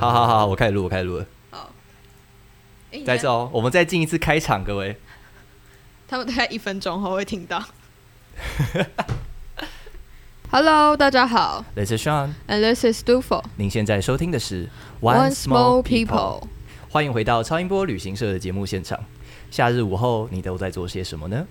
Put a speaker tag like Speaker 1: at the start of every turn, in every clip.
Speaker 1: 啊开始录，我开始录了。
Speaker 2: 好，哎，
Speaker 1: 再走、我们再进一次开场，各位。
Speaker 2: 他们大概一分钟后会听到。Hello，大家好
Speaker 1: This is Sean，
Speaker 2: ，and this is Dufo。
Speaker 1: 您现在收听的是
Speaker 2: Once more
Speaker 1: People
Speaker 2: people，
Speaker 1: 欢迎回到超音波旅行社的节目现场。夏日午后，你都在做些什么呢？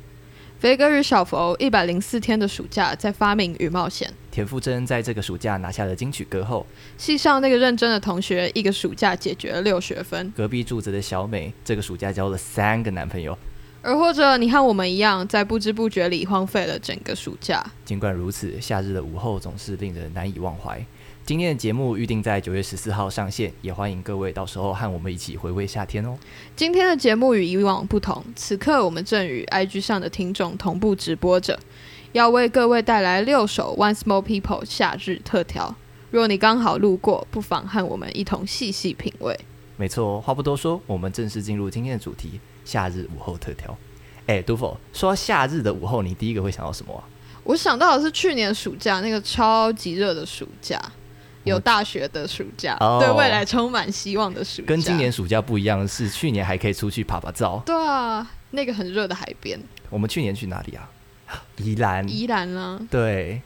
Speaker 2: 飞哥与小佛一百零四天的暑假在发明与冒险。
Speaker 1: 田馥甄在这个暑假拿下了金曲歌后，
Speaker 2: 系上那个认真的同学，一个暑假解决了六学分。
Speaker 1: 隔壁柱子的小美这个暑假交了三个男朋友。
Speaker 2: 而或者你和我们一样，在不知不觉里荒废了整个暑假。
Speaker 1: 尽管如此，夏日的午后总是令人难以忘怀。今天的节目预定在九月十四号上线，也欢迎各位到时候和我们一起回味夏天哦。
Speaker 2: 今天的节目与以往不同，此刻我们正与 IG 上的听众同步直播着，要为各位带来六首《Once More People》夏日特调。若你刚好路过，不妨和我们一同细细品味。
Speaker 1: 没错，话不多说，我们正式进入今天的主题——夏日午后特调。哎，杜甫，说到夏日的午后，你第一个会想到什么、啊？
Speaker 2: 我想到的是去年暑假那个超级热的暑假，有大学的暑假，
Speaker 1: 嗯哦
Speaker 2: 对未来充满希望的暑假。
Speaker 1: 跟今年暑假不一样的是，去年还可以出去爬爬照。
Speaker 2: 对啊，那个很热的海边，
Speaker 1: 我们去年去哪里啊？ 宜兰。
Speaker 2: 宜兰啦、
Speaker 1: 对，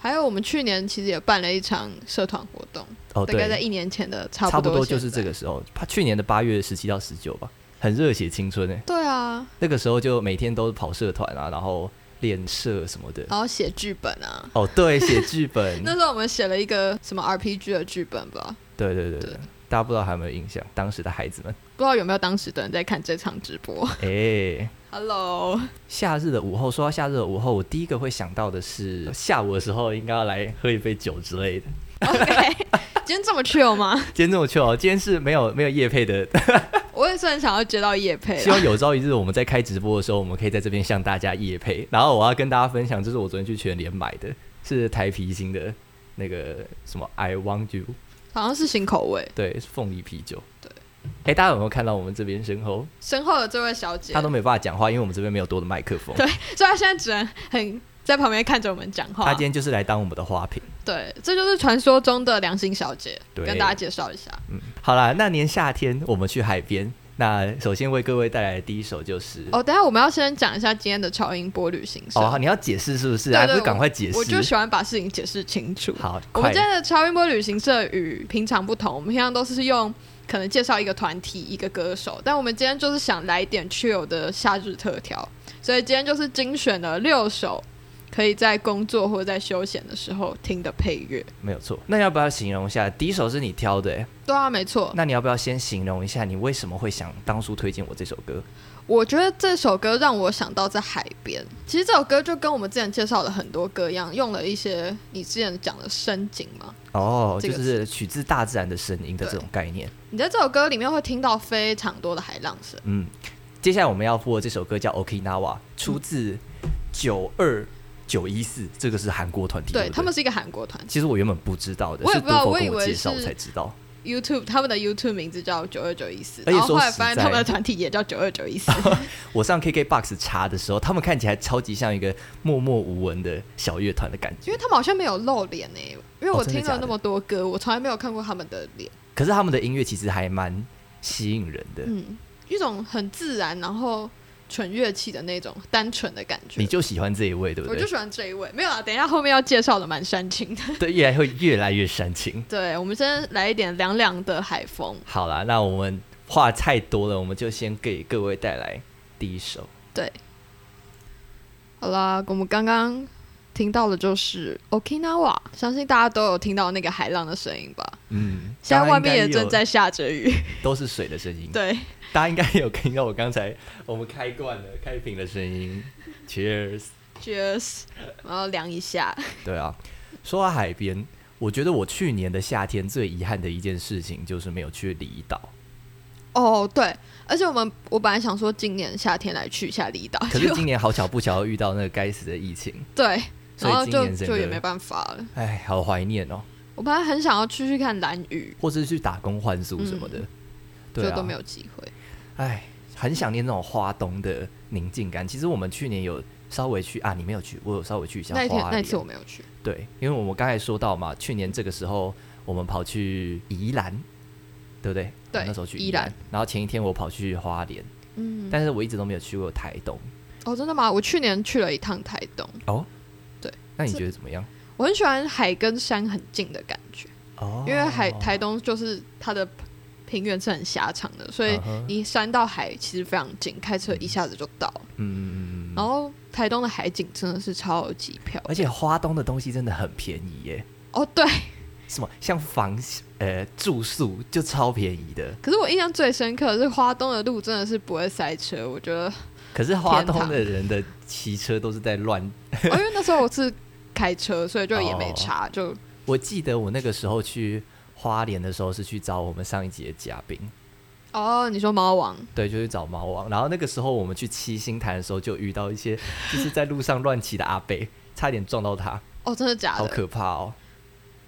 Speaker 2: 还有我们去年其实也办了一场社团活动，
Speaker 1: 哦
Speaker 2: 大概在
Speaker 1: 对，
Speaker 2: 一年前的差
Speaker 1: 差不多
Speaker 2: 现
Speaker 1: 就是
Speaker 2: 在
Speaker 1: 这个时候，怕去年的八月十七到十九吧，很热血青春哎、
Speaker 2: 对啊，
Speaker 1: 那个时候就每天都跑社团啊，然后练社什么的。
Speaker 2: 然后写剧本啊。。
Speaker 1: 哦，对，写剧本
Speaker 2: 那时候我们写了一个什么 RPG 的剧本吧，
Speaker 1: 对对对对
Speaker 2: 对，
Speaker 1: 大家不知道还有没有印象？当时的孩子们，
Speaker 2: 不知道有没有当时的人在看这场直 播。
Speaker 1: 哎、
Speaker 2: Hello，
Speaker 1: 夏日的午后，说到夏日的午后，我第一个会想到的是下午的时候应该要来喝一杯酒之类的。
Speaker 2: 今天这么 chill 吗？
Speaker 1: 今天这么巧哦，今天是没有没有夜配的，
Speaker 2: 我也是很想要接到叶佩
Speaker 1: 希，望有朝一日我们在开直播的时候，我们可以在这边向大家夜配。然后我要跟大家分享，这是我昨天去全联买的，是台啤星的那个什么 I want you，
Speaker 2: 好像是新口味。
Speaker 1: 对，是凤梨啤酒。
Speaker 2: 对，
Speaker 1: 哎，大家有没有看到我们这边身后，
Speaker 2: 身后的这位小姐，
Speaker 1: 她都没办法讲话，因为我们这边没有多的麦克 风。
Speaker 2: 对所以她现在只能很在旁边看着我们讲
Speaker 1: 她
Speaker 2: 话
Speaker 1: 今。天就是来当我们的花瓶。
Speaker 2: 对，这就是传说中的良心小姐，
Speaker 1: 对
Speaker 2: 跟大家介绍一下。
Speaker 1: 嗯，好啦，那年夏天我们去海边。那首先为各位带来的第一首就是
Speaker 2: 哦，等一下我们要先讲一下今天的超音波旅行社。
Speaker 1: 哦，你要解释是不是？
Speaker 2: 对
Speaker 1: 还不
Speaker 2: 对
Speaker 1: 是赶快解释？
Speaker 2: 我就喜欢把事情解释清楚。
Speaker 1: 好，
Speaker 2: 我们
Speaker 1: 快
Speaker 2: 今天的超音波旅行社与平常不同，我们平常都是用可能介绍一个团体、一个歌手，但我们今天就是想来一点 chill 的夏日特调，所以今天就是精选了六首可以在工作或在休闲的时候听的配乐。
Speaker 1: 没有错。那要不要形容一下？第一首是你挑的、欸，
Speaker 2: 对啊，没错，
Speaker 1: 那你要不要先形容一下你为什么会想当初推荐我这首歌？
Speaker 2: 我觉得这首歌让我想到在海边。其实这首歌就跟我们之前介绍的很多歌一样，用了一些你之前讲的深井嘛。
Speaker 1: 哦，
Speaker 2: 这
Speaker 1: 就
Speaker 2: 个
Speaker 1: 是取自大自然的声音的这种概念。
Speaker 2: 你在这首歌里面会听到非常多的海浪声。
Speaker 1: 嗯，接下来我们要播的这首歌叫《Okinawa》，出自九二九一四，这个是韩国团体。对
Speaker 2: 对
Speaker 1: 不对
Speaker 2: 他们是一个韩国团体
Speaker 1: 其实我原本不知道的，
Speaker 2: 我也
Speaker 1: 是
Speaker 2: 不知道
Speaker 1: Dufo
Speaker 2: 我以
Speaker 1: 跟我
Speaker 2: 为
Speaker 1: 介绍我
Speaker 2: 是
Speaker 1: 才知道。
Speaker 2: ，YouTube 他们的 YouTube 名字叫九二九一四，
Speaker 1: 而且
Speaker 2: 然后
Speaker 1: 说
Speaker 2: 后来
Speaker 1: 实
Speaker 2: 发现
Speaker 1: 在
Speaker 2: 他们的团体也叫九二九一 四。
Speaker 1: 我上 KKBOX 查的时候，他们看起来超级像一个默默无闻的小乐团的感
Speaker 2: 因
Speaker 1: 觉，
Speaker 2: 为他们好像没有露脸诶、因为
Speaker 1: 哦
Speaker 2: 我
Speaker 1: 真的
Speaker 2: 听
Speaker 1: 假
Speaker 2: 了
Speaker 1: 的
Speaker 2: 那么多歌，我从来没有看过他们的脸。
Speaker 1: 可是他们的音乐其实还蛮吸引人的。
Speaker 2: 嗯，一种很自然，然后纯乐器的那种单纯的感觉
Speaker 1: 你。就喜欢这一位，对不
Speaker 2: 我就
Speaker 1: 对？
Speaker 2: 喜欢这一位，没有啊，等一下后面要介绍的蛮煽情的。
Speaker 1: 对，越来会越来越煽情。
Speaker 2: 对，我们先来一点凉凉的海风。
Speaker 1: 好啦，那我们话太多了，我们就先给各位带来第一首。
Speaker 2: 好啦，我们刚刚听到的就是 Okinawa，相信大家都有听到那个海浪的声音吧？
Speaker 1: 嗯，
Speaker 2: 现在外面
Speaker 1: 大家
Speaker 2: 也
Speaker 1: 应该有
Speaker 2: 正在下着雨，
Speaker 1: 都是水的声音，
Speaker 2: 对，
Speaker 1: 大家应该有听到我刚才我们开罐的开瓶的声 音。Cheers。
Speaker 2: Cheers，然后凉一下。
Speaker 1: 对啊，说到海边，我觉得我去年的夏天最遗憾的一件事情就是没有去离 岛。
Speaker 2: 哦，对，而且我们我本来想说今年夏天来去一下离岛，
Speaker 1: 可
Speaker 2: 结
Speaker 1: 是
Speaker 2: 果
Speaker 1: 今年好巧不巧遇到那个该死的疫情，
Speaker 2: 对，
Speaker 1: 所
Speaker 2: 然后
Speaker 1: 以今
Speaker 2: 就
Speaker 1: 年整
Speaker 2: 就也没
Speaker 1: 个，
Speaker 2: 办法了。
Speaker 1: 哎，好怀念哦，
Speaker 2: 我本来很想要去去看蓝雨，
Speaker 1: 或是去打工换宿什么的，对
Speaker 2: 嗯就
Speaker 1: 啊，
Speaker 2: 都没有机会。
Speaker 1: 哎，很想念那种花东的宁静感。其实我们去年有稍微去啊，你没有去，我有稍微去一下花
Speaker 2: 那一天
Speaker 1: 莲。
Speaker 2: 那一次我没有去，
Speaker 1: 对，因为我们刚才说到嘛，去年这个时候我们跑去宜兰，对对不对？
Speaker 2: 对
Speaker 1: 我那时候去
Speaker 2: 宜
Speaker 1: 宜
Speaker 2: 兰
Speaker 1: 兰，然后前一天我跑去花莲，
Speaker 2: 嗯，
Speaker 1: 但是我一直都没有去过台东。
Speaker 2: 哦，真的吗？我去年去了一趟台东，
Speaker 1: 哦，
Speaker 2: 对，
Speaker 1: 那你
Speaker 2: 这
Speaker 1: 觉得怎么样？
Speaker 2: 我很喜欢海跟山很近的感觉，
Speaker 1: 哦
Speaker 2: 因为海台东就是它的平原是很狭长的，所以
Speaker 1: 嗯哼
Speaker 2: 你山到海其实非常近，开车一下子就到了。
Speaker 1: 嗯嗯嗯嗯
Speaker 2: 然后台东的海景真的是超级漂
Speaker 1: 而
Speaker 2: 亮。
Speaker 1: 且花东的东西真的很便宜耶，
Speaker 2: 哦，对，
Speaker 1: 什么像房呃住宿就超便宜的，
Speaker 2: 可是我印象最深刻的是花东的路真的是不会塞车，我觉得， 哦
Speaker 1: 可是花
Speaker 2: 天
Speaker 1: 东
Speaker 2: 堂
Speaker 1: 的人的骑车都是在乱。
Speaker 2: 哦、因为那时候我是开车，所以就也没查，
Speaker 1: 哦
Speaker 2: 就
Speaker 1: 我记得我那个时候去花莲的时候是去找我们上一集的嘉宾，
Speaker 2: 哦，你说猫王，
Speaker 1: 对，就去找猫王。然后那个时候我们去七星潭的时候，就遇到一些 就是在路上乱骑的阿伯，差点撞到他，
Speaker 2: 哦，真的假
Speaker 1: 好
Speaker 2: 的？
Speaker 1: 可怕哦。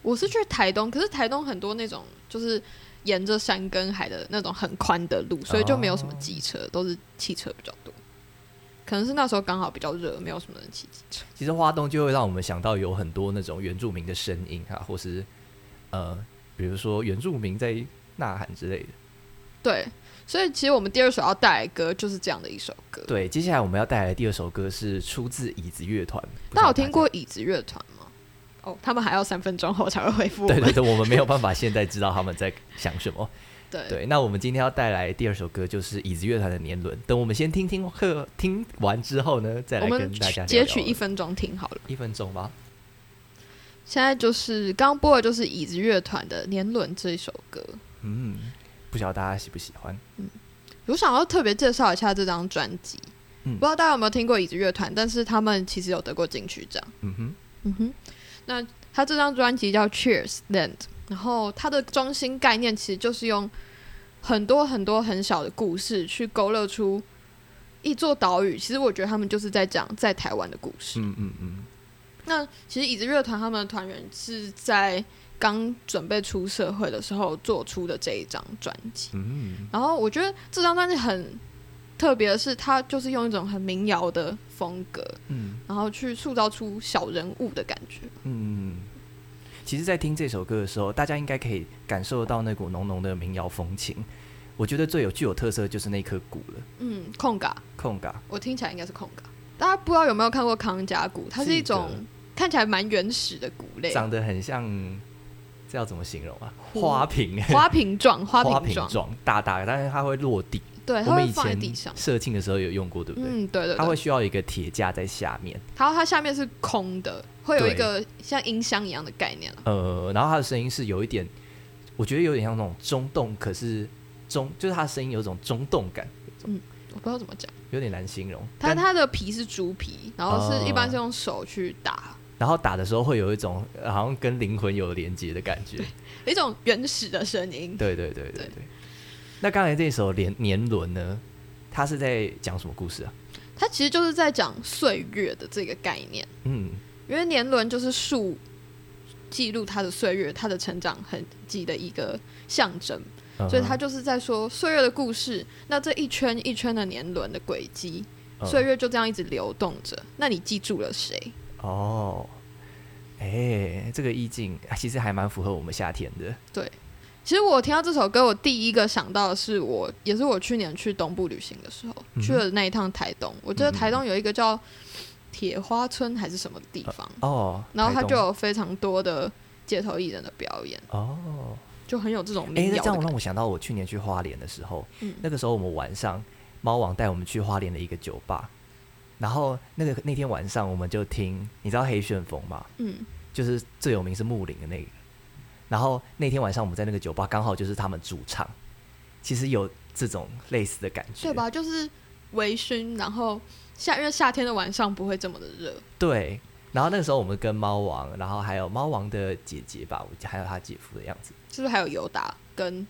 Speaker 2: 我是去台东，可是台东很多那种就是沿着山跟海的那种很宽的路，所以就没有什么机车，都是汽车比较多。可能是那时候刚好比较热，没有什么人骑机车。
Speaker 1: 其实花东就会让我们想到有很多那种原住民的声音啊，或是呃，比如说原住民在呐喊之类的。
Speaker 2: 对，所以其实我们第二首要带来的歌就是这样的一首歌。
Speaker 1: 对，接下来我们要带来的第二首歌是出自椅子乐团，不知道
Speaker 2: 大家有听
Speaker 1: 家
Speaker 2: 过？椅子乐团吗？哦，他们还要三分钟后才会回复我
Speaker 1: 对
Speaker 2: 们。
Speaker 1: 对对，我们没有办法现在知道他们在想什么。
Speaker 2: 对
Speaker 1: 对，那我们今天要带来第二首歌就是椅子乐团的《年轮》，等我们先听听课，听完之后呢，再
Speaker 2: 我
Speaker 1: 来
Speaker 2: 们
Speaker 1: 跟大家聊
Speaker 2: 截
Speaker 1: 聊
Speaker 2: 取
Speaker 1: 了
Speaker 2: 一分钟听好了。
Speaker 1: 一分钟吧。
Speaker 2: 现在就是刚播的就是椅子乐团的《年轮》这一首歌。
Speaker 1: 嗯，不晓得大家喜不喜欢？
Speaker 2: 我想要特别介绍一下这张专辑，
Speaker 1: 嗯
Speaker 2: 不知道大家有没有听过椅子乐团，但是他们其实有得过金曲奖。
Speaker 1: 嗯哼，
Speaker 2: 嗯哼，那他这张专辑叫《Cheers Land》，然后它的中心概念其实就是用很多很多很小的故事去勾勒出一座岛屿。其实我觉得他们就是在讲在台湾的故事。
Speaker 1: 嗯嗯嗯，
Speaker 2: 那其实椅子乐团他们的团员是在刚准备出社会的时候做出的这一张专辑。
Speaker 1: 嗯，
Speaker 2: 然后我觉得这张专辑很特别的是，它就是用一种很民谣的风格，
Speaker 1: 嗯
Speaker 2: 然后去塑造出小人物的感觉。
Speaker 1: 嗯，其实，在听这首歌的时候，大家应该可以感受到那股浓浓的民谣风情。我觉得最有具有特色就是那颗鼓了，
Speaker 2: 嗯，控嘎，
Speaker 1: 空啊嘎。
Speaker 2: 我听起来应该是控嘎。大家不知道有没有看过康甲鼓？它是一种看起来蛮原始的鼓类，
Speaker 1: 长得很像，这要怎么形容啊？
Speaker 2: 花
Speaker 1: 花瓶，
Speaker 2: 花瓶状，花瓶
Speaker 1: 瓶
Speaker 2: 状，
Speaker 1: 状，大大的，但是它会落地。
Speaker 2: 对，
Speaker 1: 我
Speaker 2: 哎它
Speaker 1: 们
Speaker 2: 会
Speaker 1: 以
Speaker 2: 放在地
Speaker 1: 前
Speaker 2: 上。
Speaker 1: 社庆的时候有用过，对不对？
Speaker 2: 嗯，对对
Speaker 1: 它会
Speaker 2: 对，
Speaker 1: 需要一个铁架在下面，
Speaker 2: 然后它下面是空的，会有
Speaker 1: 对
Speaker 2: 一个像音箱一样的概念了。啊
Speaker 1: 呃，然后它的声音是有一点，我觉得有点像那种中动，可是中就是它的声音有一种中动感，
Speaker 2: 我不知道怎么讲，
Speaker 1: 有点难形容。
Speaker 2: 它
Speaker 1: 但
Speaker 2: 它的皮是竹皮，然后是
Speaker 1: 哦
Speaker 2: 一般是用手去打，
Speaker 1: 然后打的时候会有一种呃好像跟灵魂有连接的感觉。
Speaker 2: 一种原始的声音。
Speaker 1: 对对对对
Speaker 2: 对
Speaker 1: 对。那刚才这首《年年轮》呢，它是在讲什么故事啊？
Speaker 2: 它其实就是在讲岁月的这个概念，
Speaker 1: 嗯
Speaker 2: 因为年轮就是树记录它的岁月、它的成长痕迹的一个象征，
Speaker 1: 嗯
Speaker 2: 所以它就是在说岁月的故事。那这一圈一圈的年轮的轨迹，
Speaker 1: 嗯
Speaker 2: 岁月就这样一直流动着。那你记住了谁？
Speaker 1: 哦，哎，这个意境啊其实还蛮符合我们夏天的。
Speaker 2: 其实我听到这首歌，我第一个想到的是我，也是我去年去东部旅行的时候、
Speaker 1: 嗯哼
Speaker 2: 去了那一趟台东。我记得
Speaker 1: 嗯嗯
Speaker 2: 台东有一个叫铁花村还是什么地方，
Speaker 1: 哦，
Speaker 2: 然后它
Speaker 1: 台
Speaker 2: 就
Speaker 1: 东
Speaker 2: 有非常多的街头艺人的表演，
Speaker 1: 哦，
Speaker 2: 就很有这种
Speaker 1: 哎、
Speaker 2: 民
Speaker 1: 那这
Speaker 2: 谣的
Speaker 1: 样
Speaker 2: 感
Speaker 1: 让
Speaker 2: 觉。
Speaker 1: 我想到我去年去花莲的时候，
Speaker 2: 嗯
Speaker 1: 那个时候我们晚上猫王带我们去花莲的一个酒吧，然后那个那天晚上我们就听，你知道黑旋风吗？
Speaker 2: 嗯，
Speaker 1: 就是最有名是木林的那个。然后那天晚上我们在那个酒吧，刚好就是他们主唱，其实有这种类似的感觉，
Speaker 2: 对吧？就是微醺，然后夏，因为夏天的晚上不会这么的热。
Speaker 1: 对。然后那个时候我们跟猫王，然后还有猫王的姐姐吧，我还有他姐夫的样子，
Speaker 2: 是不是还有尤达 跟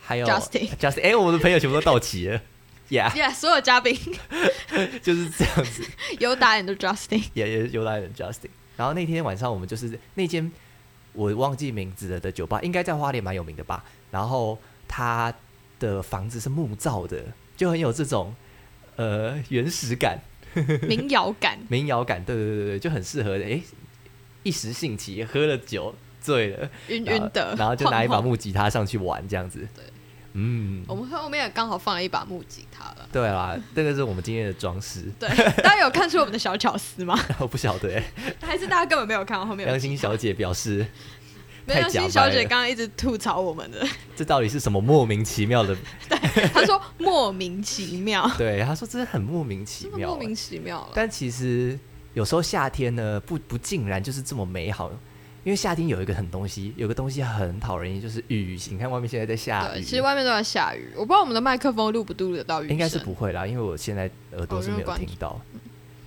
Speaker 1: 还有
Speaker 2: Justin
Speaker 1: Justin，哎、我们的朋友全部都到齐了 ，Yeah，
Speaker 2: yeah 所有嘉宾
Speaker 1: 就是这样子。
Speaker 2: 尤达 and Justin？
Speaker 1: 也也有来人 Justin。然后那天晚上我们就是那间我忘记名字了的酒吧，应该在花莲蛮有名的吧。然后它的房子是木造的，就很有这种呃原始感、
Speaker 2: 民谣感，
Speaker 1: 民谣感，对对对对，就很适合诶一时兴起喝了酒醉了，
Speaker 2: 晕
Speaker 1: 然后
Speaker 2: 晕的，
Speaker 1: 然后就拿一把
Speaker 2: 晃晃
Speaker 1: 木吉他上去玩这样子。
Speaker 2: 对
Speaker 1: 嗯，
Speaker 2: 我们后面也刚好放了一把木吉他了。，
Speaker 1: 对啦，这个是我们今天的装饰
Speaker 2: 对， 大家有看出我们的小巧思吗？
Speaker 1: 我不晓得、欸。
Speaker 2: 还是大家根 本没有看到后面有
Speaker 1: 良心小姐表示，
Speaker 2: 没
Speaker 1: 太
Speaker 2: 有
Speaker 1: 假
Speaker 2: 新
Speaker 1: 掰
Speaker 2: 小姐
Speaker 1: 了
Speaker 2: 刚刚一直吐槽我们的，
Speaker 1: 这到底是什么莫名其妙的？
Speaker 2: 她说莫名其妙，
Speaker 1: 对，她说这是很莫名其
Speaker 2: 真的
Speaker 1: 妙、欸
Speaker 2: 莫名其妙了。
Speaker 1: 但其实有时候夏天呢，不不尽然就是这么美好，因为夏天有一个很东西，有个东西很讨人厌，就是雨。你看外面现在在下
Speaker 2: 对，
Speaker 1: 雨，
Speaker 2: 其实外面都在下雨，我不知道我们的麦克风录不录得到雨声，
Speaker 1: 应该是不会啦，因为我现在耳朵
Speaker 2: 哦
Speaker 1: 是
Speaker 2: 因为
Speaker 1: 没有
Speaker 2: 关
Speaker 1: 听
Speaker 2: 机
Speaker 1: 到。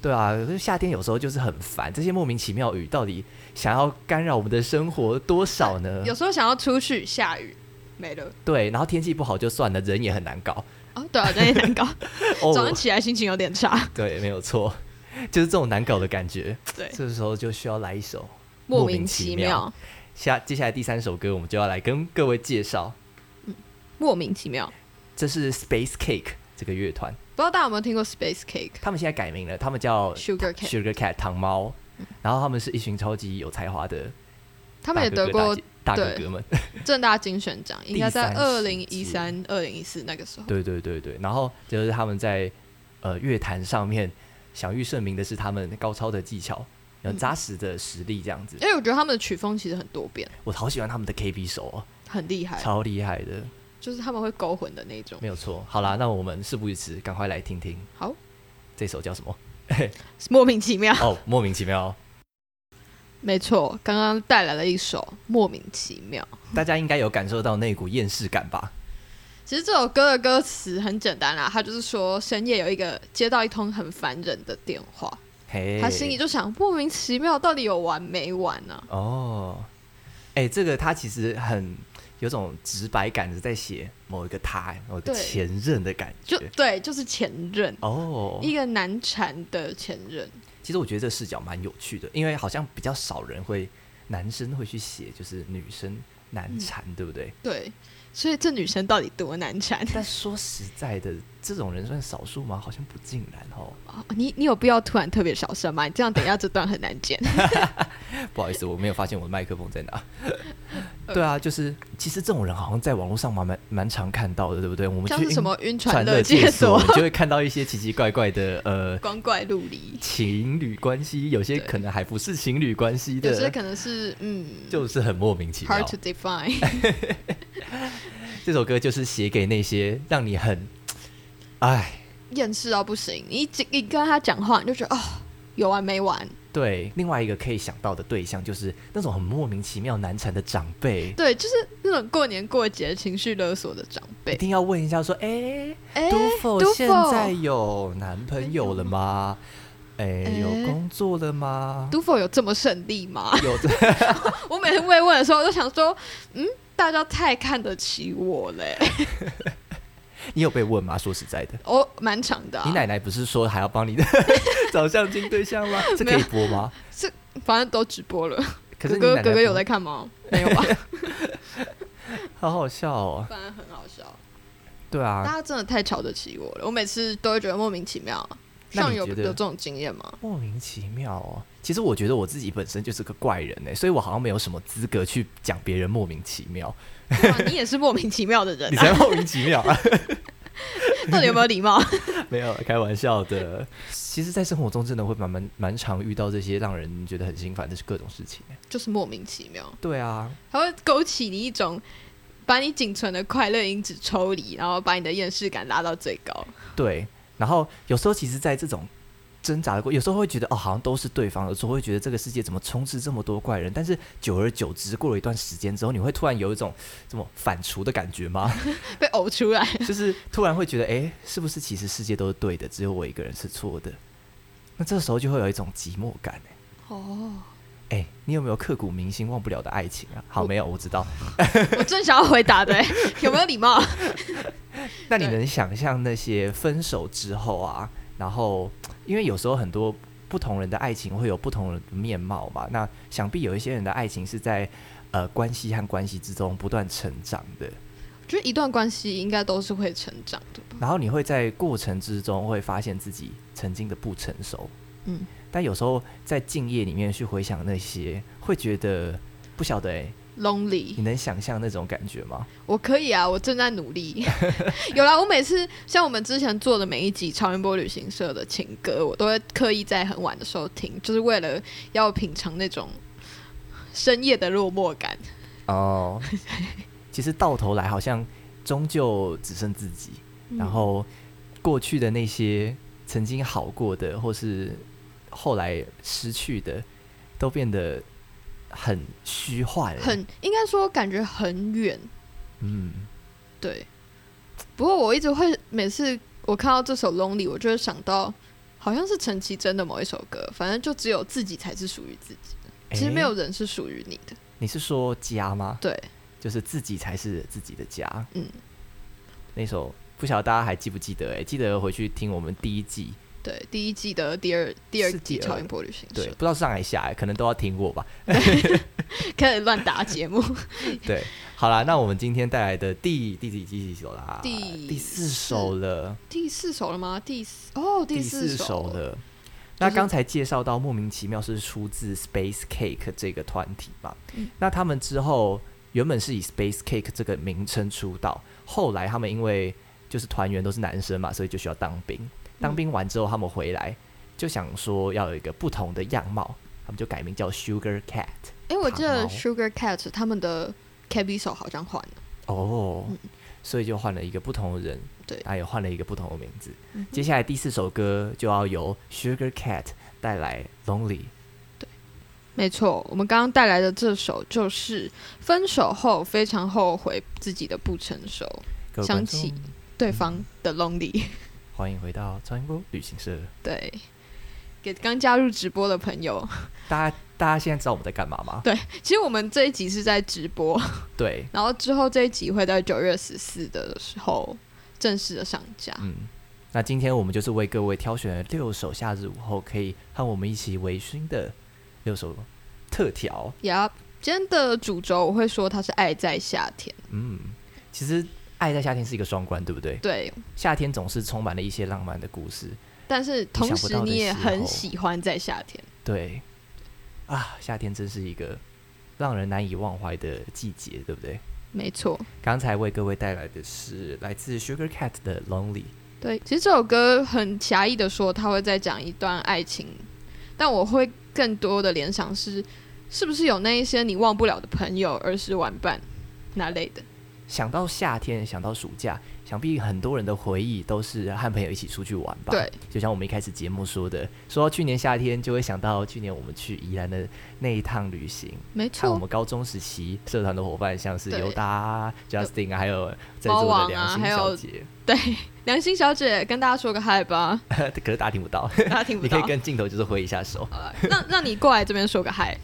Speaker 1: 对啊，可是夏天有时候就是很烦，这些莫名其妙雨到底想要干扰我们的生活多少呢？
Speaker 2: 哎有时候想要出去下雨没 了，
Speaker 1: 对，然后天气不好就算了，人也很难搞。
Speaker 2: 哦，对啊，真的难搞， 早上
Speaker 1: 哦，
Speaker 2: 起来心情有点差，
Speaker 1: 对，没有错， 就是这种难搞的感觉。
Speaker 2: 对，
Speaker 1: 这时候就需要来一首
Speaker 2: 莫
Speaker 1: 名
Speaker 2: 名其妙，
Speaker 1: 下接下来第三首歌，我们就要来跟各位介绍，
Speaker 2: 莫名其妙。
Speaker 1: 这是 Space Cake 这个乐团，
Speaker 2: 不知道大家有没有听过 Space Cake、
Speaker 1: 他们现在改名了，他们叫
Speaker 2: Sugar Cake？
Speaker 1: Sugar Cat 糖猫，然后他们是一群超级有才华的
Speaker 2: 他们也
Speaker 1: 大
Speaker 2: 得
Speaker 1: 哥
Speaker 2: 过
Speaker 1: 哥大姐大
Speaker 2: 对
Speaker 1: 哥哥们，
Speaker 2: 正大金选奖，应该在
Speaker 1: 第
Speaker 2: 二
Speaker 1: 三十
Speaker 2: 零一三、二零一四那个时候。
Speaker 1: 对对对对，然后就是他们在呃乐坛上面享誉盛名的是他们高超的技巧。有
Speaker 2: 嗯
Speaker 1: 扎实的实力这样子，
Speaker 2: 因为我觉得他们的曲风其实很多变，
Speaker 1: 我好喜欢他们的 KB 手哦，
Speaker 2: 很厉害，
Speaker 1: 超厉害的，
Speaker 2: 就是他们会勾魂的那种。
Speaker 1: 没有错。好啦，那我们事不宜迟，赶快来听听
Speaker 2: 好，
Speaker 1: 这首叫什么？
Speaker 2: 莫名其妙，
Speaker 1: 哦，莫名其妙哦，
Speaker 2: 没错，刚刚带来了一首《莫名其妙》。
Speaker 1: 大家应该有感受到那股厌世感吧？
Speaker 2: 其实这首歌的歌词很简单啦，他就是说深夜有一个接到一通很烦人的电话，
Speaker 1: 嘿，
Speaker 2: 他心里就想莫名其妙到底有完没完啊呢、
Speaker 1: 哦，哎、这个他其实很有种直白感的在写某一个他，某一个
Speaker 2: 对
Speaker 1: 前任的感
Speaker 2: 就
Speaker 1: 觉。
Speaker 2: 对，就是前任，
Speaker 1: 哦，
Speaker 2: 一个难缠的前任。
Speaker 1: 其实我觉得这视角蛮有趣的，因为好像比较少人会，男生会去写就是女生难缠，
Speaker 2: 嗯
Speaker 1: 对不对？
Speaker 2: 对，所以这女生到底多难缠？
Speaker 1: 但说实在的，这种人算少数吗？好像不尽然哦。
Speaker 2: 哦你你有必要突然特别小声吗？你这样等一下这段很难剪。
Speaker 1: 不好意思，我没有发现我的麦克风在 哪。对啊，就是其实这种人好像在网络上蛮蛮蛮常看到的，对不对？我们
Speaker 2: 像
Speaker 1: 去
Speaker 2: 是什么晕船
Speaker 1: 传
Speaker 2: 乐
Speaker 1: 乐
Speaker 2: 界
Speaker 1: 界
Speaker 2: 所
Speaker 1: 所，、你就会看到一些奇奇怪怪的呃
Speaker 2: 光怪陆离，
Speaker 1: 情侣关系，有些
Speaker 2: 对
Speaker 1: 可能还不是情侣关系
Speaker 2: 有些
Speaker 1: 的，
Speaker 2: 可能是嗯
Speaker 1: 就是很莫名其妙
Speaker 2: ，hard to。define，
Speaker 1: 这首歌就是写给那些让你很，哎，
Speaker 2: 厌世到不行。你一直一跟他讲话，你就觉得哦，有完没完。
Speaker 1: 对，另外一个可以想到的对象就是那种很莫名其妙难缠的长辈。
Speaker 2: 对，就是那种过年过节情绪勒索的长
Speaker 1: 一
Speaker 2: 辈。
Speaker 1: 定要问一下，说，哎、
Speaker 2: 哎、
Speaker 1: 都否
Speaker 2: 都
Speaker 1: 现
Speaker 2: 否
Speaker 1: 在有男朋友了吗？哎、有
Speaker 2: 哎
Speaker 1: 工作了吗？
Speaker 2: 都否有这么胜利吗？
Speaker 1: 有
Speaker 2: 我每次慰问的时候，我都想说，嗯，大家太看得起我嘞、
Speaker 1: 你有被问吗？说实在的，
Speaker 2: 我蛮长的、啊。
Speaker 1: 你奶奶不是说还要帮你 找相亲对象 吗？这可
Speaker 2: 没
Speaker 1: 以
Speaker 2: 有
Speaker 1: 播吗？
Speaker 2: 反正都直播了。
Speaker 1: 可是你
Speaker 2: 哥
Speaker 1: 奶奶
Speaker 2: 哥哥哥
Speaker 1: 不
Speaker 2: 有在 看吗？没有吧？
Speaker 1: 好好笑哦。
Speaker 2: 反正很好笑。
Speaker 1: 对
Speaker 2: 大
Speaker 1: 啊，
Speaker 2: 家真的太瞧得起我了，我每次都会觉得莫名其妙。
Speaker 1: 那
Speaker 2: 像
Speaker 1: 你
Speaker 2: 有
Speaker 1: 觉
Speaker 2: 有
Speaker 1: 得
Speaker 2: 这种经验吗？
Speaker 1: 莫名其妙哦。其实我觉得我自己本身就是个怪人呢，所以我好像没有什么资格去讲别人莫名其 妙。
Speaker 2: 哇你也是莫名其妙的人
Speaker 1: 你
Speaker 2: 啊，
Speaker 1: 才莫名其妙啊！
Speaker 2: 到底有没有礼貌？
Speaker 1: 没有，开玩笑的。其实，在生活中真的会蛮蛮蛮常遇到这些让人觉得很心烦的各种事情。欸
Speaker 2: 就是莫名其妙，
Speaker 1: 对啊，
Speaker 2: 它会勾起你一种把你仅存的快乐因子抽离，然后把你的厌世感拉到最高。
Speaker 1: 对。然后有时候其实，在这种挣扎的过，有时候会觉得哦，好像都是对方，有时候会觉得这个世界怎么充斥这么多怪人。但是久而久之，过了一段时间之后，你会突然有一种怎么反刍的感觉吗？
Speaker 2: 被呕出来，
Speaker 1: 就是突然会觉得，哎、是不是其实世界都是对的，只有我一个人是错的？那这时候就会有一种寂寞感、哎
Speaker 2: 哦，
Speaker 1: 哎、你有没有刻骨铭心忘不了的爱情啊？好，
Speaker 2: 我
Speaker 1: 没有，我知道。
Speaker 2: 我正想要回答的、有没有礼貌？
Speaker 1: 那你
Speaker 2: 对
Speaker 1: 能想象那些分手之后啊，然后因为有时候很多不同人的爱情会有不同的面貌嘛，那想必有一些人的爱情是在呃关系和关系之中不断成长的，
Speaker 2: 我觉得一段关系应该都是会成长的吧。
Speaker 1: 然后你会在过程之中会发现自己曾经的不成熟，
Speaker 2: 嗯，
Speaker 1: 但有时候在敬业里面去回想那些，会觉得不晓得哎、
Speaker 2: lonely
Speaker 1: 你。能想象那种感觉吗？
Speaker 2: 我可以啊，我正在努力。有啦，我每次像我们之前做的每一集超音波旅行社的情歌，我都会刻意在很晚的时候听，就是为了要品尝那种深夜的落寞感。
Speaker 1: 哦， 其实到头来好像终究只剩自己，
Speaker 2: 嗯
Speaker 1: 然后过去的那些曾经好过的，或是后来失去的，都变得很虚幻了。
Speaker 2: 很应该说感觉很远，
Speaker 1: 嗯，
Speaker 2: 对。不过我一直会每次我看到这首《Lonely》，我就会想到好像是陈绮贞的某一首歌，反正就只有自己才是属于自己的，其实没
Speaker 1: 诶
Speaker 2: 有人是属于你的。
Speaker 1: 你是说家吗？
Speaker 2: 对，
Speaker 1: 就是自己才是自己的家。
Speaker 2: 嗯，
Speaker 1: 那首不晓得大家还记不记得、欸？哎，记得回去听我们第一季，
Speaker 2: 对，第一季的第二第二
Speaker 1: 是
Speaker 2: 季
Speaker 1: 第
Speaker 2: 《
Speaker 1: 二
Speaker 2: 超音波旅行社
Speaker 1: 对，》不知道上海下、欸，可能都要听过 吧。
Speaker 2: 开始乱打节目，
Speaker 1: 对，好啦，那我们今天带来的第第几第几首啦？
Speaker 2: 第
Speaker 1: 第四首了，
Speaker 2: 第四首了吗？第四哦，
Speaker 1: 第
Speaker 2: 四
Speaker 1: 四首了。
Speaker 2: 就
Speaker 1: 那
Speaker 2: 是
Speaker 1: 刚才介绍到莫名其妙是出自 Space Cake 这个团体嘛？
Speaker 2: 嗯
Speaker 1: 那他们之后原本是以 Space Cake 这个名称出道，后来他们因为就是团员都是男生嘛，所以就需要当兵。
Speaker 2: 嗯
Speaker 1: 当兵完之后，他们回来就想说要有一个不同的样貌，他们就改名叫 Sugar Cat。
Speaker 2: 哎、我记得
Speaker 1: 糖猫
Speaker 2: Sugar Cat 他们的 KB 手好像换了，
Speaker 1: 哦
Speaker 2: 嗯，
Speaker 1: 所以就换了一个不同的人，
Speaker 2: 对
Speaker 1: 那也换了一个不同的名字。
Speaker 2: 嗯哼
Speaker 1: 接下来第四首歌就要由 Sugar Cat 带来 Lonely。
Speaker 2: 没错。我们刚刚带来的这首就是分手后非常后悔自己的不成熟，
Speaker 1: 各位
Speaker 2: 想
Speaker 1: 观众
Speaker 2: 起对方的 Lonely。
Speaker 1: 嗯欢迎回到超音波旅行社。
Speaker 2: 对，给刚加入直播的朋友，
Speaker 1: 大家大家现在知道我们在干嘛吗？
Speaker 2: 对，其实我们这一集是在直播，
Speaker 1: 对，
Speaker 2: 然后之后这一集会在九月十四的时候正式的上架。
Speaker 1: 嗯，那今天我们就是为各位挑选了六首夏日午后可以和我们一起微醺的六首特调。
Speaker 2: 呀、今天的主轴我会说它是爱在夏天，
Speaker 1: 嗯，其实爱在夏天是一个双关，对不对？
Speaker 2: 对，
Speaker 1: 夏天总是充满了一些浪漫的故事。
Speaker 2: 但是同时你也
Speaker 1: 意想不到
Speaker 2: 很
Speaker 1: 的时候
Speaker 2: 喜欢在夏天，
Speaker 1: 对，啊，夏天真是一个让人难以忘怀的季节，对不对？
Speaker 2: 没错。
Speaker 1: 刚才为各位带来的是来自 Sugar Cat 的《Lonely》。
Speaker 2: 对，其实这首歌很狭义的说，它会在讲一段爱情，但我会更多的联想是，是不是有那一些你忘不了的朋友、儿时玩伴那类的？
Speaker 1: 想到夏天，想到暑假，想必很多人的回忆都是和朋友一起出去玩吧？
Speaker 2: 对，
Speaker 1: 就像我们一开始节目说的，说到去年夏天，就会想到去年我们去宜兰的那一趟旅行，
Speaker 2: 没
Speaker 1: 看我
Speaker 2: 错，
Speaker 1: 们高中时期社团的伙伴，像是
Speaker 2: 对
Speaker 1: 尤达啊、Justin 啊，还有在
Speaker 2: 猫
Speaker 1: 座
Speaker 2: 王啊
Speaker 1: 的良心
Speaker 2: 还有
Speaker 1: 小姐，
Speaker 2: 良心小姐跟大家说个嗨吧，
Speaker 1: 可是大家听不到，
Speaker 2: 大家听 不
Speaker 1: 你可
Speaker 2: 到
Speaker 1: 以。跟镜头就是挥一下 手。
Speaker 2: 呃那那你过来这边说个嗨，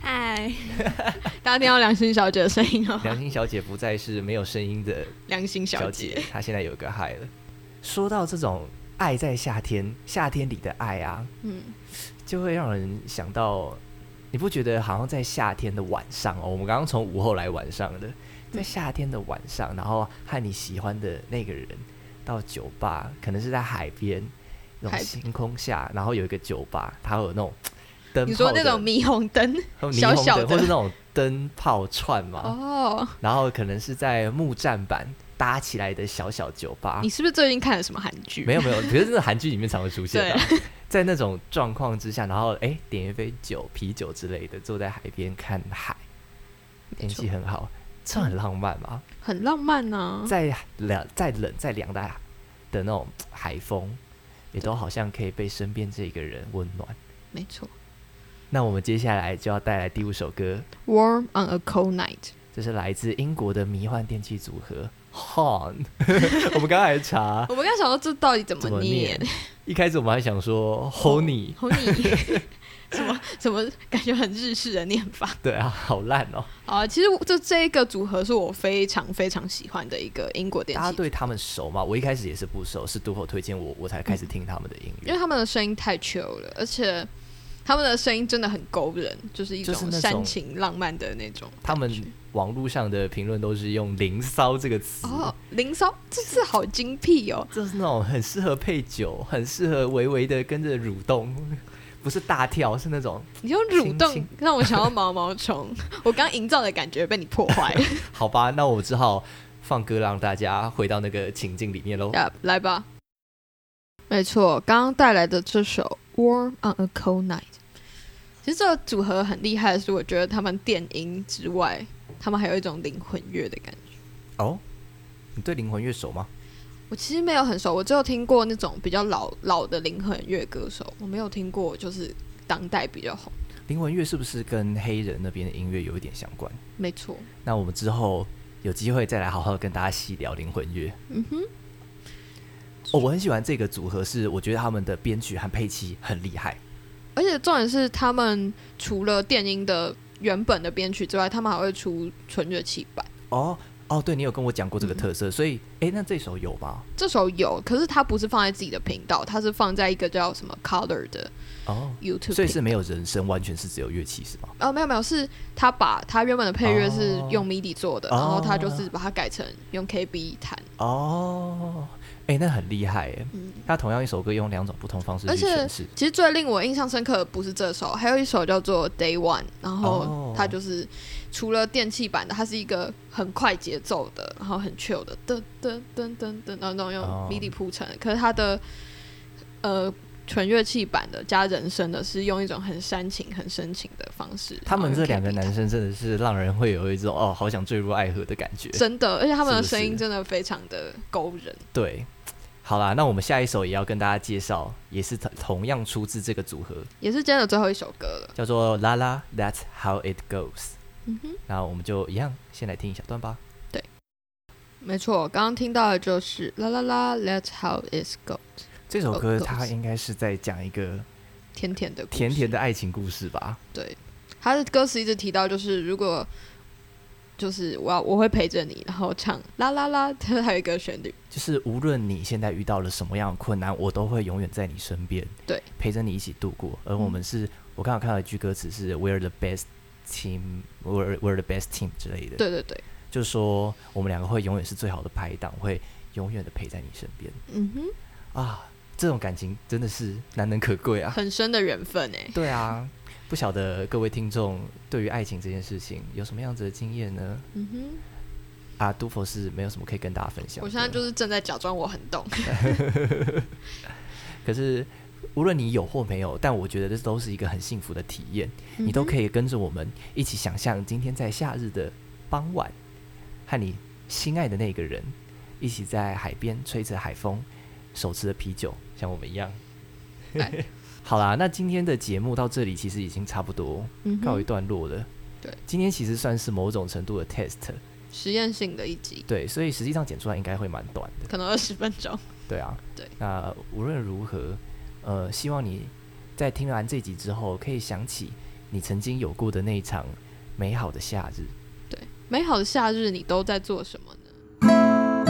Speaker 3: 嗨，
Speaker 2: 大家听到良心小姐的声音哦，
Speaker 1: 良心小姐不再是没有声音的
Speaker 2: 良心
Speaker 1: 小
Speaker 2: 小姐。
Speaker 1: 姐，她现在有一个嗨了。说到这种爱在夏天，夏天里的爱啊，
Speaker 2: 嗯，
Speaker 1: 就会让人想到，你不觉得好像在夏天的晚上哦？我们刚刚从午后来晚上的，
Speaker 2: 嗯
Speaker 1: 在夏天的晚上，然后和你喜欢的那个人到酒吧，可能是在海边那种
Speaker 2: 海
Speaker 1: 星空下，然后有一个酒吧，它会有那种灯泡的，
Speaker 2: 你说那种
Speaker 1: 还
Speaker 2: 霓虹灯
Speaker 1: 有
Speaker 2: 小
Speaker 1: 霓虹
Speaker 2: 小
Speaker 1: 灯，
Speaker 2: 的
Speaker 1: 或是那种灯泡串嘛，
Speaker 2: 哦，
Speaker 1: 然后可能是在木栈板搭起来的小小酒吧
Speaker 2: 你。是不是最近看了什么韩剧？
Speaker 1: 啊 没有没有，觉得这个韩剧里面常会出现的啊、 在那种状况之下，然后哎点一杯酒、啤酒之类的，坐在海边看海，
Speaker 2: 没
Speaker 1: 天
Speaker 2: 错嗯
Speaker 1: 气很好，这很浪漫嘛。
Speaker 2: 很浪漫啊呢、
Speaker 1: 再冷、再冷、再凉的的那种海风，也都好像可以被身边这个人温暖。
Speaker 2: 没错
Speaker 1: 那我们接下来就要带来第五首歌，
Speaker 2: ，Warm on a cold night。
Speaker 1: 这是来自英国的迷幻电器组合 Horn。我们刚才查，
Speaker 2: 我们刚才想说这到底怎
Speaker 1: 怎么
Speaker 2: 念
Speaker 1: 念？一开始我们还想说 Honey，
Speaker 2: ？Honey，什 么什么感觉很日式的念法
Speaker 1: 对啊，好烂哦。
Speaker 2: 啊！其实这这一个组合是我非常非常喜欢的一个英国电
Speaker 1: 大
Speaker 2: 器
Speaker 1: 家，对他们熟吗？我一开始也是不熟，是独口推荐我，我才开始听他们的音
Speaker 2: 嗯因
Speaker 1: 乐。
Speaker 2: 为他们的声音太 chill 了，而且他们的声音真的很勾人，就是一
Speaker 1: 就是
Speaker 2: 种
Speaker 1: 那种
Speaker 2: 煽情浪漫的那种
Speaker 1: 他
Speaker 2: 感觉。
Speaker 1: 们网络上的评论都是用“零骚”这个词，
Speaker 2: 哦，林骚这次好精辟哦，
Speaker 1: 就是那种很适合配酒，很适合微微的跟着蠕动，不是大跳，是那种
Speaker 2: 你用蠕动
Speaker 1: 轻
Speaker 2: 让我想要毛毛虫，我刚营造的感觉被你破坏了。
Speaker 1: 好吧，那我只好放歌让大家回到那个情境里面喽。
Speaker 2: y 来吧。没错，刚刚带来的这首《Warm on a Cold Night》，其实这个组合很厉害的是，我觉得他们电音之外，他们还有一种灵魂乐的感觉。
Speaker 1: 哦，你对灵魂乐手吗？
Speaker 2: 我其实没有很熟，我只有听过那种比较老老的灵魂乐歌手，我没有听过就是当代比较红。
Speaker 1: 灵魂乐是不是跟黑人那边的音乐有一点相关？
Speaker 2: 没错，
Speaker 1: 那我们之后有机会再来好好地跟大家细聊灵魂乐。
Speaker 2: 嗯哼，
Speaker 1: 哦，我很喜欢这个组合是，我觉得他们的编曲和配器很厉害。
Speaker 2: 而且重点是他们除了电音的原本的编曲之外，他们还会出纯乐器版。
Speaker 1: 哦哦，对你有跟我讲过这个特色，
Speaker 2: 嗯
Speaker 1: 所以诶，那这首有吧？
Speaker 2: 这首有，可是它不是放在自己的频道，它是放在一个叫什么 Color 的
Speaker 1: 哦，
Speaker 2: YouTube，
Speaker 1: 所以是
Speaker 2: 频
Speaker 1: 没有人声，完全是只有乐器是吗？
Speaker 2: 呃没有没有，是他把他原本的配乐是
Speaker 1: 哦
Speaker 2: 用 MIDI 做的，
Speaker 1: 哦
Speaker 2: 然后他就是把它改成用 KB 弹，
Speaker 1: 哦，诶，那很厉害诶。
Speaker 2: 嗯。
Speaker 1: 他同样一首歌用两种不同方式
Speaker 2: 而
Speaker 1: 去
Speaker 2: 且
Speaker 1: 诠释。
Speaker 2: 其实最令我印象深刻的不是这首，还有一首叫做 Day One，然后
Speaker 1: 哦
Speaker 2: 它就是除了电器版的，它是一个很快节奏的，然后很 chill 的，噔噔噔噔噔，然后那种用
Speaker 1: 哦
Speaker 2: MIDI 铺陈。可是它的呃纯乐器版的加人声的是用一种很煽情、很深情的方式。
Speaker 1: 他们
Speaker 2: 然后
Speaker 1: 这
Speaker 2: 用 KB
Speaker 1: 两个男
Speaker 2: 弹
Speaker 1: 生真的是让人会有一种哦，好想坠入爱河的感觉。
Speaker 2: 真的，而且他们的
Speaker 1: 是不是
Speaker 2: 声音真的非常的勾人。
Speaker 1: 对，好啦，那我们下一首也要跟大家介绍，也是同同样出自这个组合，
Speaker 2: 也是今天的最后一首歌了。
Speaker 1: 叫做《La La That's How It Goes
Speaker 2: 嗯哼。》。
Speaker 1: 那我们就一样，先来听一小段吧。
Speaker 2: 没错，刚刚听到的就是啦啦啦，That's how it go，
Speaker 1: 这首歌
Speaker 2: Goes
Speaker 1: 它应该是在讲一个
Speaker 2: 甜甜的故事
Speaker 1: 甜甜的爱情故事吧？
Speaker 2: 对，他的歌词一直提到，就是如果就是我要我会陪着你，然后唱啦啦啦， 它还有一个旋律，
Speaker 1: 就是无论你现在遇到了什么样的困难，我都会永远在你身边，
Speaker 2: 对，嗯
Speaker 1: 陪着你一起度过。而我们是，我刚好看到一句歌词是 “We're the best team, we're we're the best team” 之类的，
Speaker 2: 对对对，
Speaker 1: 就是说我们两个会永远是最好的拍档，会永远的陪在你身边
Speaker 2: 嗯哼，
Speaker 1: 啊！这种感情真的是难能可贵啊！
Speaker 2: 很深的缘分哎，
Speaker 1: 对啊，不晓得各位听众对于爱情这件事情有什么样子的经验呢？
Speaker 2: 嗯哼，
Speaker 1: 啊，杜佛是没有什么可以跟大家分享的。
Speaker 2: 我现在就是正在假装我很懂，
Speaker 1: 可是无论你有或没有，但我觉得这都是一个很幸福的体验。你都可
Speaker 2: 以，
Speaker 1: 以跟着我们一起想象今天在夏日的傍晚，和你心爱的那个人一起在海边吹着海风，手持着啤酒，像我们一样
Speaker 2: 哎。
Speaker 1: 好啦，那今天的节目到这里其实已经差不多
Speaker 2: 嗯哼
Speaker 1: 告一段落了。
Speaker 2: 对，
Speaker 1: 今天其实算是某种程度的 test，
Speaker 2: 实验性的一集，
Speaker 1: 对，所以实际上剪出来应该会蛮短的。
Speaker 2: 可能二十分钟，
Speaker 1: 对啊，
Speaker 2: 对。
Speaker 1: 那无论如何，呃，希望你在听完这集之后，可以想起你曾经有过的那一场美好的夏日。
Speaker 2: 对，美好的夏日你都在做什么呢？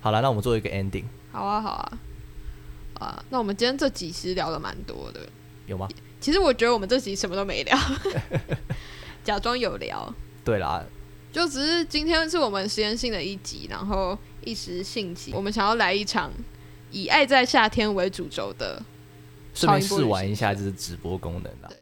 Speaker 1: 好了，那我们做一个 ending，
Speaker 2: 好啊，好啊，啊，那我们今天这集其实聊的蛮多的。
Speaker 1: 有吗？
Speaker 2: 其实我觉得我们这集什么都没 聊，假装有聊，
Speaker 1: 对啦，
Speaker 2: 就只是今天是我们实验性的一集，然后一时兴起，我们想要来一场以爱在夏天为主轴的
Speaker 1: 顺便
Speaker 2: 超音波旅
Speaker 1: 试玩
Speaker 2: 行
Speaker 1: 一下就是直播功能啦。啊
Speaker 2: 对